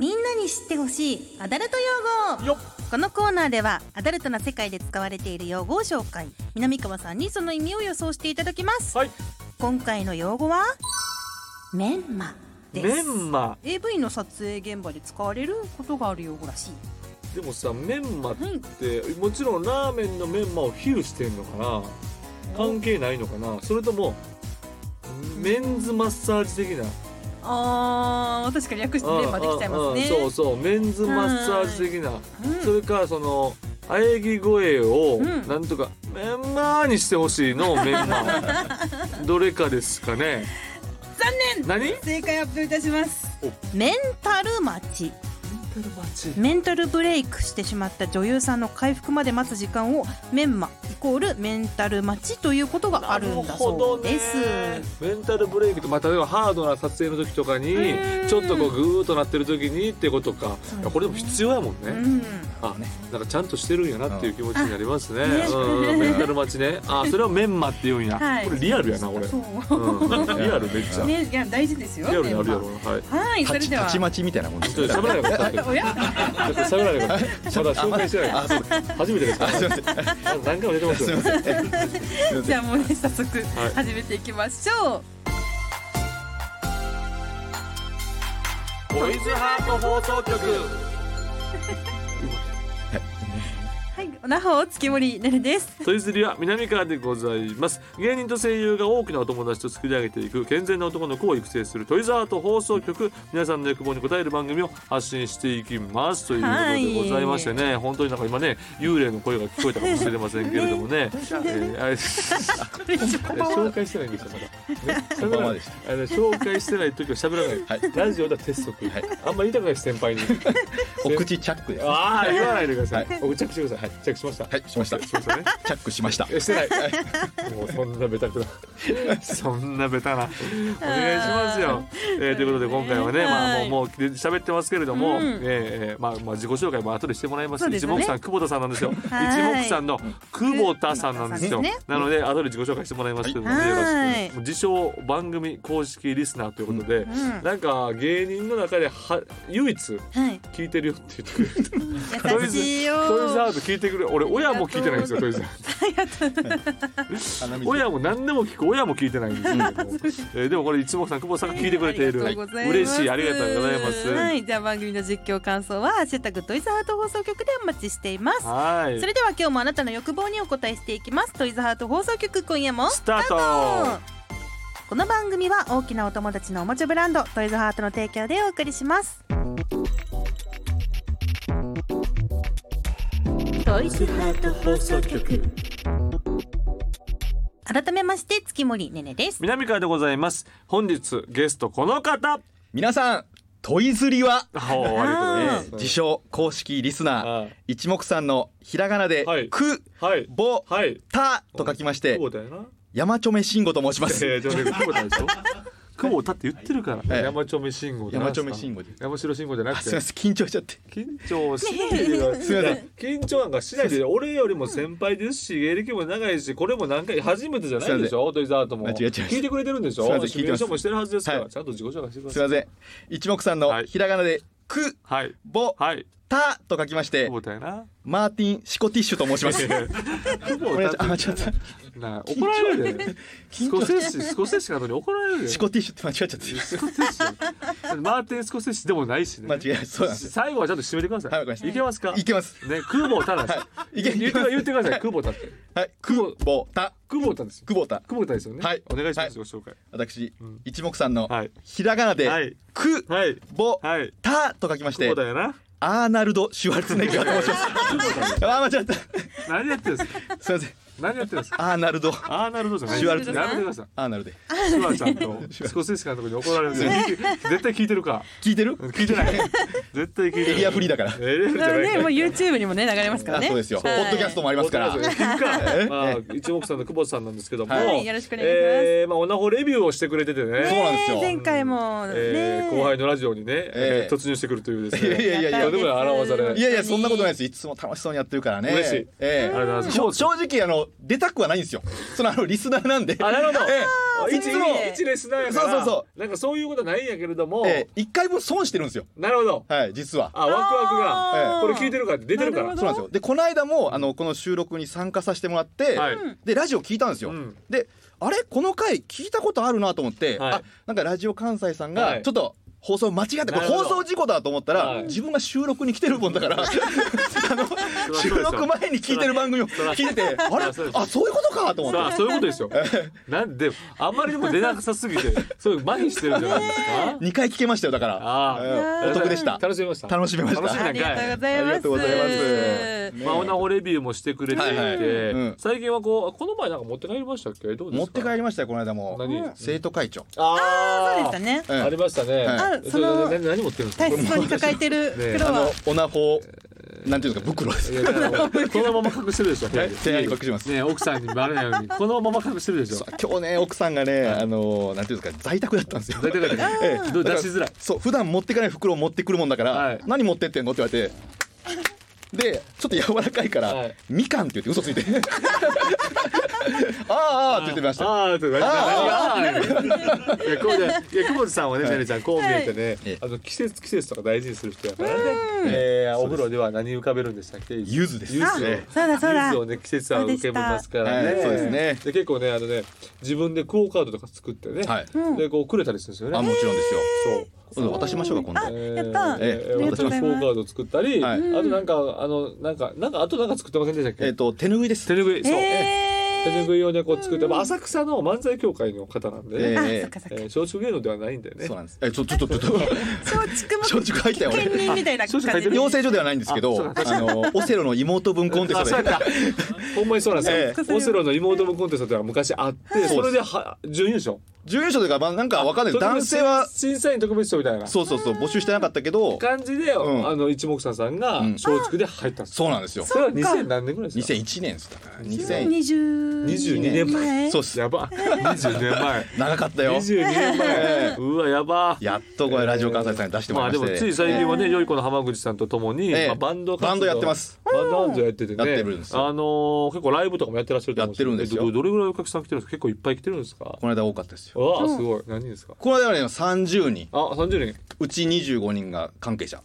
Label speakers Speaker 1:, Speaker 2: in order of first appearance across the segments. Speaker 1: みんなに知ってほしいアダルト用語
Speaker 2: よっ
Speaker 1: このコーナーではアダルトな世界で使われている用語を紹介南川さんにその意味を予想していただきます
Speaker 2: はい
Speaker 1: 今回の用語はメンマです
Speaker 2: メンマ
Speaker 1: AV の撮影現場で使われることがある用語らしい
Speaker 2: でもさメンマっ
Speaker 1: はい
Speaker 2: てもちろんラーメンのメンマを比喩してんのかな関係ないのかなそれともメンズマッサージ的な
Speaker 1: あー確かに略してメンマできちゃいますね
Speaker 2: うんうんうんそうそうメンズマッサージ的な
Speaker 1: うん
Speaker 2: それからその喘ぎ声を
Speaker 1: うん
Speaker 2: なんとか「メンマー」にしてほしいのメンマ ーどれかですかね
Speaker 1: 残念
Speaker 2: 何
Speaker 1: 正解発表いたします
Speaker 2: お
Speaker 1: メンタル待ちメンタルブレイクしてしまった女優さんの回復まで待つ時間をメンマイコールメンタル待ちということがあるんだそうです、
Speaker 2: なるほどねメンタルブレイクと、まあ、例えばハードな撮影の時とかに
Speaker 1: うん
Speaker 2: ちょっとこうグーッとなってる時にってことか、
Speaker 1: そう
Speaker 2: いやこれでも必要やもんね、
Speaker 1: うん
Speaker 2: あなんかちゃんとしてるんやなっていう気持ちになりますね,、
Speaker 1: あね
Speaker 2: うんうんメンタル待ちねあそれをメンマって言うんや、
Speaker 1: はい
Speaker 2: これリアルやな俺、
Speaker 1: そ
Speaker 2: うん、リアルめっちゃ、
Speaker 1: うねいや大事ですよ
Speaker 2: リアルにあるや
Speaker 1: メン
Speaker 2: ろなはい
Speaker 1: マはいそ
Speaker 3: た
Speaker 1: れ
Speaker 3: ち
Speaker 1: では
Speaker 3: たちまちみたいなもんです
Speaker 2: ちょ
Speaker 3: よ
Speaker 2: っと喋らなかった
Speaker 1: おや
Speaker 2: ちょっと喋らなかった。まだ紹介してない。初めてですから。
Speaker 3: すいません
Speaker 2: まだ何回も出てますよ。
Speaker 3: すいま
Speaker 1: じ
Speaker 3: せ
Speaker 1: ゃ
Speaker 3: ん
Speaker 1: あもうね早速
Speaker 2: はい
Speaker 1: 始めていきましょう、
Speaker 2: ボイズハート放送局。
Speaker 1: はい、那覇月森ねる です。
Speaker 2: トイズリは南川でございます。芸人と声優が大きなお友達と作り上げていく健全な男の子を育成するトイズハート放送局。皆さんの欲望に応える番組を発信していきますということでございましてね。本当になんか今ね幽霊の声が聞こえたかもしれませんけれどもね。えーあれ紹介してないんですよまだ。
Speaker 3: こんばんはでした
Speaker 2: あの紹介してない時は喋らない。
Speaker 3: はい
Speaker 2: ラジオでは鉄則。
Speaker 3: はい
Speaker 2: あんまり言いたくないです先輩に。
Speaker 3: お口チャックですは
Speaker 2: ああ言わないでください。
Speaker 3: はい
Speaker 2: お着してください。着着しました。
Speaker 3: いしました
Speaker 2: しましたね。
Speaker 3: チャックしました
Speaker 2: えしてない。 もうそんなベタくな。そんなベタな。お願いしますよ。えー、ということで今回はね、ま
Speaker 1: は
Speaker 2: あも
Speaker 1: いう
Speaker 2: もう喋ってますけれども、
Speaker 1: うん
Speaker 2: えーえーまあまあ自己紹介も後でしてもらいます。
Speaker 1: そうです
Speaker 2: 一
Speaker 1: ね
Speaker 2: 目散久保田さんなんですよ。一
Speaker 1: はい
Speaker 2: 目散の久保田さんなんですよ。
Speaker 1: 久保田さんです
Speaker 2: なので後で自己紹介してもらいますけども、
Speaker 1: はい
Speaker 2: よろしくお願いし
Speaker 1: はい
Speaker 2: ます。自称番組公式リスナーということで、
Speaker 1: ん
Speaker 2: なんか芸人の中では唯一
Speaker 1: はい、
Speaker 2: 聞いてるよって言ってくれる。
Speaker 1: 優しいよ。
Speaker 2: トイズハート聞いてくれ俺親も聞いてないんですよトイズハート親も何でも聞く親も聞いてないんですけども、えーでもこれ一目さん久保さんが聞いてくれている、
Speaker 1: ありがとうございます
Speaker 2: 嬉しいありがとうございますは
Speaker 1: はいい、じゃあ番組の実況感想はハッシュタグトイズハート放送局でお待ちしています。それでは今日もあなたの欲望にお答えしていきます。トイズハート放送局今夜も
Speaker 2: スタート
Speaker 1: この番組は大きなお友達のおもちゃブランドトイズハートの提供でお送りします。トイズハート放送局。改めまして月森ねねです。
Speaker 2: 南川でございます本日ゲストこの方
Speaker 3: 皆さんトイズリは
Speaker 2: おーありがとうございます
Speaker 3: 自称公式リスナ
Speaker 2: あ
Speaker 3: ー一目散のひらがなで
Speaker 2: はい
Speaker 3: く
Speaker 2: はい
Speaker 3: ぼ
Speaker 2: はい
Speaker 3: たと書きまして
Speaker 2: 久保田やな
Speaker 3: 山ちょめ慎吾と申します
Speaker 2: えー、じゃあね久保田でしょ久保田って言ってるから、
Speaker 3: ええ
Speaker 2: 山ちょめ信号
Speaker 3: 山ちょめ信号で
Speaker 2: 山城信号じゃな
Speaker 3: あ
Speaker 2: く
Speaker 3: すいま
Speaker 2: て
Speaker 3: せん緊張しちゃって
Speaker 2: 緊張しないでくだ
Speaker 3: すい
Speaker 2: さ
Speaker 3: ませ
Speaker 2: い 緊張なんかしないで俺よりも先輩ですし芸歴も長いしこれも何回初めてじゃないでしょトイザートも
Speaker 3: 間違えちゃいました
Speaker 2: 聞いてくれてるんでし
Speaker 3: すいま
Speaker 2: ょ
Speaker 3: せん
Speaker 2: シミュレーションもしてるはずですから
Speaker 3: はい
Speaker 2: ちゃんと自己紹介してくだ
Speaker 3: す
Speaker 2: さ
Speaker 3: い
Speaker 2: い
Speaker 3: ません一目散のひらがなでく
Speaker 2: はい
Speaker 3: ぼ
Speaker 2: はい
Speaker 3: たと書きまして
Speaker 2: 久保田やな
Speaker 3: マーティン・シコティッシュと申します。お願い
Speaker 2: 久
Speaker 3: し
Speaker 2: 保
Speaker 3: あ、ちょっと、
Speaker 2: 田なあ怒られるでスコセッシスコセッシなのに怒られるで
Speaker 3: シコティッシュって間違っちゃって。
Speaker 2: スコセッシマーテンスコセッシでもないしね
Speaker 3: 間違え、そうなんです。
Speaker 2: 最後はちゃんと締めてください、
Speaker 3: はいわかりました
Speaker 2: いけますか
Speaker 3: いけます。
Speaker 2: ね久保田なんですよ
Speaker 3: い、いけ、
Speaker 2: 言
Speaker 3: い
Speaker 2: っ
Speaker 3: け
Speaker 2: て
Speaker 3: ます。
Speaker 2: 言ってください久保田って
Speaker 3: はい、久保田、
Speaker 2: 久保田ですよ
Speaker 3: 久保田、
Speaker 2: 久保田ですよね。
Speaker 3: はい
Speaker 2: お願いします、
Speaker 3: は
Speaker 2: ご紹介。
Speaker 3: 私、一目散の
Speaker 2: はい。
Speaker 3: ひらがな
Speaker 2: は
Speaker 3: で
Speaker 2: い。
Speaker 3: く
Speaker 2: はい。
Speaker 3: ぼ
Speaker 2: はい。
Speaker 3: たと書きまし
Speaker 2: 久
Speaker 3: て
Speaker 2: 保田、やな。
Speaker 3: アーナルド・シュワルツェネッガーと申します。あ、間違った。
Speaker 2: 何やってるんですか。
Speaker 3: すいません。
Speaker 2: 何やってるんですか。
Speaker 3: アーナルド、
Speaker 2: アーナルドじゃない。
Speaker 3: シュワルツェネ
Speaker 2: や
Speaker 3: ッ
Speaker 2: めてください。
Speaker 3: アーナルで。
Speaker 2: シュワ ちゃんと少しずつ監督に怒られるんですよ。絶対聞いてるか。
Speaker 3: 聞いてる
Speaker 2: 聞いてない。絶対聞いてる。
Speaker 3: エリアフリーだから。
Speaker 2: エリアフリーじゃ
Speaker 1: なの
Speaker 2: ない
Speaker 1: で、もう YouTube にもね流れますから
Speaker 3: あ、
Speaker 1: ね。
Speaker 3: そうですよ。ポ
Speaker 1: はい
Speaker 3: ッドキャストもありますから。
Speaker 2: 聞くか
Speaker 3: え
Speaker 2: まあ、一目散の久保田さんなんですけども、
Speaker 3: はい
Speaker 1: よろしくお願いします
Speaker 2: えーまあオナホレビューをしてくれてて
Speaker 3: そ
Speaker 2: ね、
Speaker 3: うなんですよ
Speaker 1: ね前回もね、
Speaker 2: えー後輩のラジオにね、え
Speaker 3: え
Speaker 2: ー突入してくるというです
Speaker 3: いやい
Speaker 2: ね、
Speaker 3: やいやい
Speaker 2: と
Speaker 3: や
Speaker 2: んでもない表され
Speaker 3: いやいやそんなことないですいつも楽しそうにやってるからね
Speaker 2: 嬉しい
Speaker 3: え
Speaker 2: ありが
Speaker 3: え
Speaker 2: とうございます
Speaker 3: しょ正直あの出たくはないんですよそのあのリスナーなんで
Speaker 2: あなるほど
Speaker 3: ええ
Speaker 1: あ
Speaker 2: いつ
Speaker 1: そう
Speaker 2: も
Speaker 1: いう意味で
Speaker 2: 一例しないから
Speaker 3: そうそうそ
Speaker 2: なんかそういうことはないんやけれども、
Speaker 3: えー一回も損してるんですよ
Speaker 2: なるほど
Speaker 3: はい実は
Speaker 2: あワクワクが
Speaker 3: ええ
Speaker 2: これ聞いてるからって出てるから
Speaker 1: なる
Speaker 3: そうなんですよでこの間もあのこの収録に参加させてもらって、
Speaker 2: はい
Speaker 3: でラジオ聞いたんですよ、
Speaker 2: うん
Speaker 3: であれこの回聞いたことあるなと思って、
Speaker 2: はい
Speaker 3: あなんかラジオ関西さん
Speaker 2: は
Speaker 3: が
Speaker 2: い
Speaker 3: ちょっと放送間違って
Speaker 2: な
Speaker 3: これ
Speaker 2: るほ
Speaker 3: 放
Speaker 2: ど
Speaker 3: 送事故だと思ったら、
Speaker 2: はい
Speaker 3: 自分が収録に来てるもんだか らあの
Speaker 2: そうです
Speaker 3: 収
Speaker 2: よ
Speaker 3: 録前に聞いてる番組を聞いててあれ
Speaker 2: そうです
Speaker 3: あそういうことかと思
Speaker 2: さ
Speaker 3: っ
Speaker 2: あ
Speaker 3: て
Speaker 2: そういうこと ですよなんであんまりにも出なさすぎてそれ麻痺してるんじゃないですか
Speaker 3: 2回聞けましたよだから、
Speaker 2: ああ
Speaker 3: えーお得でした
Speaker 2: 楽しみました
Speaker 3: 楽しみました
Speaker 2: 楽しみ
Speaker 1: あ
Speaker 2: な
Speaker 1: り
Speaker 2: んか
Speaker 1: が
Speaker 2: い
Speaker 1: とうございます。
Speaker 3: ありがとうございますね
Speaker 2: まあ、オナホレビューもしてくれていて、
Speaker 3: はいはいうん
Speaker 2: 最近はこうこの前なんか持って帰りましたっけどうですか
Speaker 3: 持って帰りましたよこの間も
Speaker 2: 何
Speaker 3: 生徒会長、
Speaker 2: あ
Speaker 1: そうでしたね。
Speaker 3: ええ
Speaker 2: ありましたね、
Speaker 3: は
Speaker 1: あその
Speaker 2: れ何何持ってるんですか
Speaker 1: 大切そうに抱えてる
Speaker 2: ね
Speaker 1: 黒
Speaker 3: あの
Speaker 1: は。
Speaker 3: オナホなんていうんですか袋です
Speaker 2: いやこのまま隠してるでしょ部屋に
Speaker 3: 部屋に隠します
Speaker 2: ねえ奥さんにバレないようにこのまま隠してるでしょ
Speaker 3: そう今日ね奥さんがねあのなんていうんですか在宅だった んですよ
Speaker 2: 大体だから
Speaker 3: ええ
Speaker 2: どう出しづらい
Speaker 3: そう普段持ってかない袋を持ってくるもんだから、
Speaker 2: はい
Speaker 3: 何持ってってんのって言われてでちょっと柔らかいから、
Speaker 2: はい
Speaker 3: みかんって言って嘘 ついてあーあーって言ってました
Speaker 2: あーあーって
Speaker 3: あ
Speaker 2: あーいやこうじゃいや久保田さんはね、
Speaker 3: はい
Speaker 2: ジャニーちゃんこう見えてね、
Speaker 3: ええ
Speaker 2: あの季節季節とか大事にする人やからね、えーお風呂では何浮かべるんでしたっけ
Speaker 3: 柚子です
Speaker 2: 柚子を
Speaker 3: え
Speaker 1: そうだそう
Speaker 2: ユ
Speaker 1: だ
Speaker 2: ズを。ね季節は受けますから
Speaker 3: はい
Speaker 2: ね。
Speaker 3: そうですね
Speaker 2: で結構ねあのね自分でクオカードとか作ってね、
Speaker 3: はい
Speaker 2: でこうくれたりするんですよね。
Speaker 3: あもちろんですよ
Speaker 2: そう。
Speaker 3: 今度渡しましょうか今
Speaker 1: あ
Speaker 2: え
Speaker 3: 度
Speaker 2: ー
Speaker 1: やった
Speaker 2: えー
Speaker 3: あり
Speaker 1: がとうございます
Speaker 2: 私もクオカード作ったり、
Speaker 3: はい
Speaker 2: あとなんかあのなんかなんかあとなんか作ってませんでしたっけ？
Speaker 3: えっ、と手拭いです
Speaker 2: 手ぬぐいそう。
Speaker 1: え
Speaker 2: 手ぬぐいをねこう作って、まあ浅草の漫才協会の方なんでね。
Speaker 1: あ、
Speaker 3: ええ
Speaker 1: そっかそっ
Speaker 2: え
Speaker 1: か。
Speaker 2: ー松竹芸能ではないんだよね
Speaker 3: そう。なんですえちょちょっとちょ っと
Speaker 1: 松竹も
Speaker 3: 松竹入ったよ
Speaker 1: 県
Speaker 3: 俺
Speaker 1: 民みたいな感じ
Speaker 2: あ松竹入ってる
Speaker 1: で。
Speaker 3: 養成所ではないんですけ
Speaker 2: あそ
Speaker 3: ど
Speaker 2: う
Speaker 3: あのオセロの妹分コンテス
Speaker 2: あそ
Speaker 3: ト
Speaker 2: う
Speaker 3: で
Speaker 2: やった。 ほんまにそうなんで
Speaker 3: え
Speaker 2: すよ。オセロの妹分コンテストでは昔あって、それでは準優勝。
Speaker 3: 準優勝というかまあなんかわかんないけど男性は
Speaker 2: 審査員特別賞みたいな。
Speaker 3: そうそうそう募集してなかったけど
Speaker 2: 感じで、
Speaker 3: うん
Speaker 2: あの一目散さんが
Speaker 3: うん
Speaker 2: 松竹で入ったんですよ、
Speaker 3: そうなんですよ
Speaker 2: それは2000何年ぐらいですか
Speaker 3: 2001年ですだから2000
Speaker 1: 20
Speaker 2: 22
Speaker 1: 22
Speaker 2: 年前
Speaker 1: 前
Speaker 3: そうっす
Speaker 2: やば22年前
Speaker 3: 長かったよ
Speaker 2: 22年前
Speaker 3: え
Speaker 2: うわやば
Speaker 3: やっとこれラジオ関西さんに出しても
Speaker 2: ま
Speaker 3: ら
Speaker 2: あで
Speaker 3: いまして、
Speaker 2: もつい最近はね良い子の浜口さんとともに、
Speaker 3: ええ
Speaker 2: まあ、バンド活動
Speaker 3: バンドやってます
Speaker 2: バンド活動やっててね
Speaker 3: やってるんです
Speaker 2: あ
Speaker 3: よ
Speaker 2: のー結構ライブとかもやってらっしゃると思うん
Speaker 3: やってるんですよ
Speaker 2: けどどどれぐらいお客さん来てるんですか結構いっぱい来てるんですか
Speaker 3: この間多かったですよ
Speaker 2: うわあすごい何人ですか
Speaker 3: この間はね30人
Speaker 2: あ30人
Speaker 3: うち25人が関係者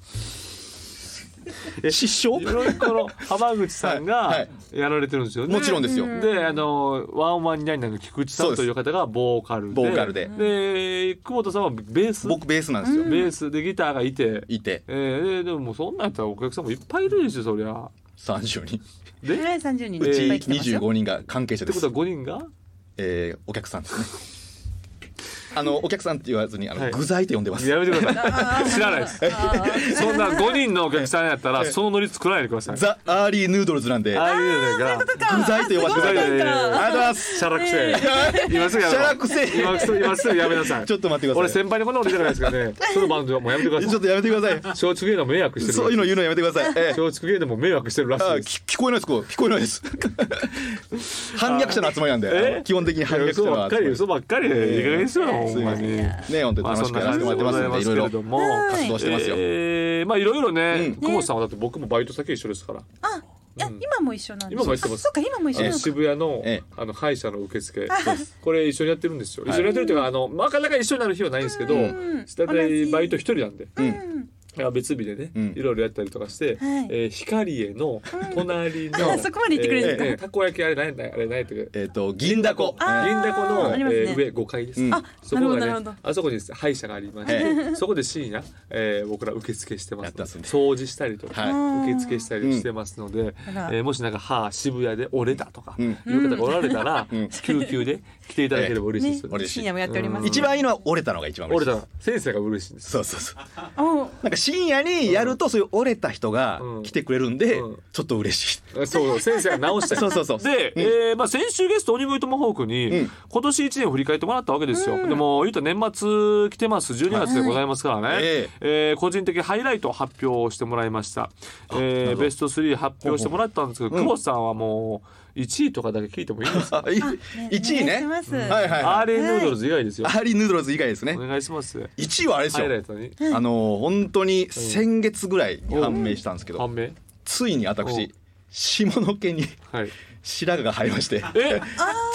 Speaker 2: え
Speaker 3: 失笑
Speaker 2: 良い子の浜口さん
Speaker 3: は
Speaker 2: が
Speaker 3: い
Speaker 2: やられてるんですよね
Speaker 3: もちろんですよ、
Speaker 2: であのワンワンニャンニャンの菊池さん
Speaker 3: そうで
Speaker 2: と
Speaker 3: す
Speaker 2: いう方がボーカルで
Speaker 3: ボーカルで
Speaker 2: で久保田さんはベース
Speaker 3: 僕ベースなんですよ、
Speaker 2: ベースでギターがいて、
Speaker 3: いて
Speaker 2: えーででももうそんなんやったらお客さんもいっぱいいるでしょそりゃっ
Speaker 3: 30人
Speaker 1: ね30人
Speaker 3: うち
Speaker 1: いっぱい来てますよ
Speaker 3: 25人が関係者
Speaker 2: て
Speaker 3: で
Speaker 2: こ
Speaker 3: す
Speaker 2: とは5人が
Speaker 3: えーお客さん ですねあのお客さんって言わずにあの、
Speaker 2: はい
Speaker 3: 具材って呼んでます
Speaker 2: やめてくだ さい知らないですそんな5人のお客さんやったらそのノリ作らないでください
Speaker 3: ザ・アーリーヌードルズなんで
Speaker 2: ああいうのが
Speaker 3: 具材と呼ばせてください
Speaker 2: 具
Speaker 3: あ
Speaker 2: 材
Speaker 3: り
Speaker 2: で
Speaker 3: がとうございます
Speaker 2: シャラクセ今すぐやめ
Speaker 3: シャラクセ
Speaker 2: 今すぐ今すぐやめなさい
Speaker 3: ちょっと待ってください
Speaker 2: 俺先輩にこんなこと言いたくないです からねそのバンドはもうやめてください
Speaker 3: ちょっとやめてくださ
Speaker 2: 松竹芸能迷惑して
Speaker 3: い
Speaker 2: る
Speaker 3: そういうの言うのやめてください、えー
Speaker 2: 松竹芸能も迷惑してるらしい
Speaker 3: あ
Speaker 2: です
Speaker 3: 聞聞こえないですこう聞こえないです 反逆者の集まりなん
Speaker 2: え
Speaker 3: で基本的に反逆者
Speaker 2: 嘘ば
Speaker 3: の
Speaker 2: っかり
Speaker 3: 集
Speaker 2: 嘘ばっかりでいい加減にしろよほんま
Speaker 3: まり
Speaker 2: に
Speaker 3: ね本当に
Speaker 2: まあ
Speaker 3: 楽
Speaker 2: そ
Speaker 3: し
Speaker 2: ん
Speaker 3: く
Speaker 2: な
Speaker 3: やらせ
Speaker 2: 感
Speaker 3: て
Speaker 2: じ
Speaker 3: もら
Speaker 2: でご
Speaker 3: ってます
Speaker 2: ざいまけ
Speaker 3: んですいろ
Speaker 2: れ
Speaker 3: いろ
Speaker 2: ども
Speaker 1: はい
Speaker 3: 活動してますよ、
Speaker 2: えーまあいろいろね
Speaker 3: うん
Speaker 2: 久保田さんはだって僕もバイト先一緒ですから
Speaker 1: あいや今も一緒なんです
Speaker 2: 今も一緒です
Speaker 1: あそうか今も一緒な
Speaker 2: え
Speaker 1: のか
Speaker 2: 渋谷の
Speaker 3: ええ
Speaker 2: あの歯医者の受付これ一緒にやってるんですよ一緒にやってるというかあのなかなか一緒になる日はないんですけど
Speaker 1: うん
Speaker 2: 大体バイト一人なんで
Speaker 3: うん
Speaker 1: うん
Speaker 2: いや別日でね、
Speaker 3: うん
Speaker 2: いろいろやったりとかして、
Speaker 1: はい
Speaker 2: えー光栄の隣 の、
Speaker 1: あそこまで言ってくれるんだ
Speaker 2: えーえーたこ焼きあれないあれないという
Speaker 3: えっ、と銀だこ
Speaker 1: あー
Speaker 2: 銀だこの、
Speaker 1: あ
Speaker 2: え
Speaker 1: りますね
Speaker 2: ー上5階です、
Speaker 3: うん
Speaker 1: あ
Speaker 2: そ
Speaker 1: な
Speaker 2: こ
Speaker 1: る
Speaker 2: が
Speaker 1: ほどなる
Speaker 2: ね
Speaker 1: ほ
Speaker 2: あそこにですね歯医者がありまし て、そこで深夜、えー僕ら受付してま
Speaker 3: や
Speaker 2: す
Speaker 3: ってますね
Speaker 2: 掃除したりとか、
Speaker 3: は
Speaker 2: 受付したりしてますので、
Speaker 1: ら
Speaker 2: えーもしなんか歯渋谷で折れたとか、
Speaker 3: うん
Speaker 2: いう方がおられたら、
Speaker 3: ん
Speaker 2: 救急で来ていただければ嬉しいですよね
Speaker 3: ええ
Speaker 1: ね深夜もやっております
Speaker 3: 一番いいのは折れたのが一番嬉し
Speaker 2: 折れ
Speaker 3: いです
Speaker 2: たら先生が嬉しいんです
Speaker 3: そうそうそう
Speaker 1: お
Speaker 3: なんか深夜にやるとそういう折れた人が
Speaker 2: うん
Speaker 3: 来てくれるんで、
Speaker 2: うん
Speaker 3: ちょっと 嬉しい、
Speaker 2: そう先生が直したい
Speaker 3: そうそうそう
Speaker 2: で、えーまあ、先週ゲスト鬼越トマホークに、
Speaker 3: うん
Speaker 2: 今年1年を振り返ってもらったわけですよ、でも言うと年末来てます12月でございますからね、
Speaker 3: はい
Speaker 2: えー個人的ハイライトを発表してもらいました、えーベスト3発表してもらったんですけど久保田さんはもう1位とかだけ聞いてもいいですか、
Speaker 3: あい1位ね
Speaker 1: お願いします
Speaker 3: はいはい、
Speaker 2: ア
Speaker 3: は
Speaker 2: ーレンヌードルズ以外です
Speaker 3: い、
Speaker 2: よ、
Speaker 3: アーリーヌードルズ以外ですね
Speaker 2: お願いします
Speaker 3: 1位はあれです
Speaker 2: ハイライ
Speaker 3: よ
Speaker 2: トに
Speaker 3: あのー本当に先月ぐらいに判明したんですけど、
Speaker 2: 判明
Speaker 3: ついに
Speaker 2: お
Speaker 3: 私下の毛に
Speaker 2: はい
Speaker 3: 白髪が生えまして
Speaker 2: え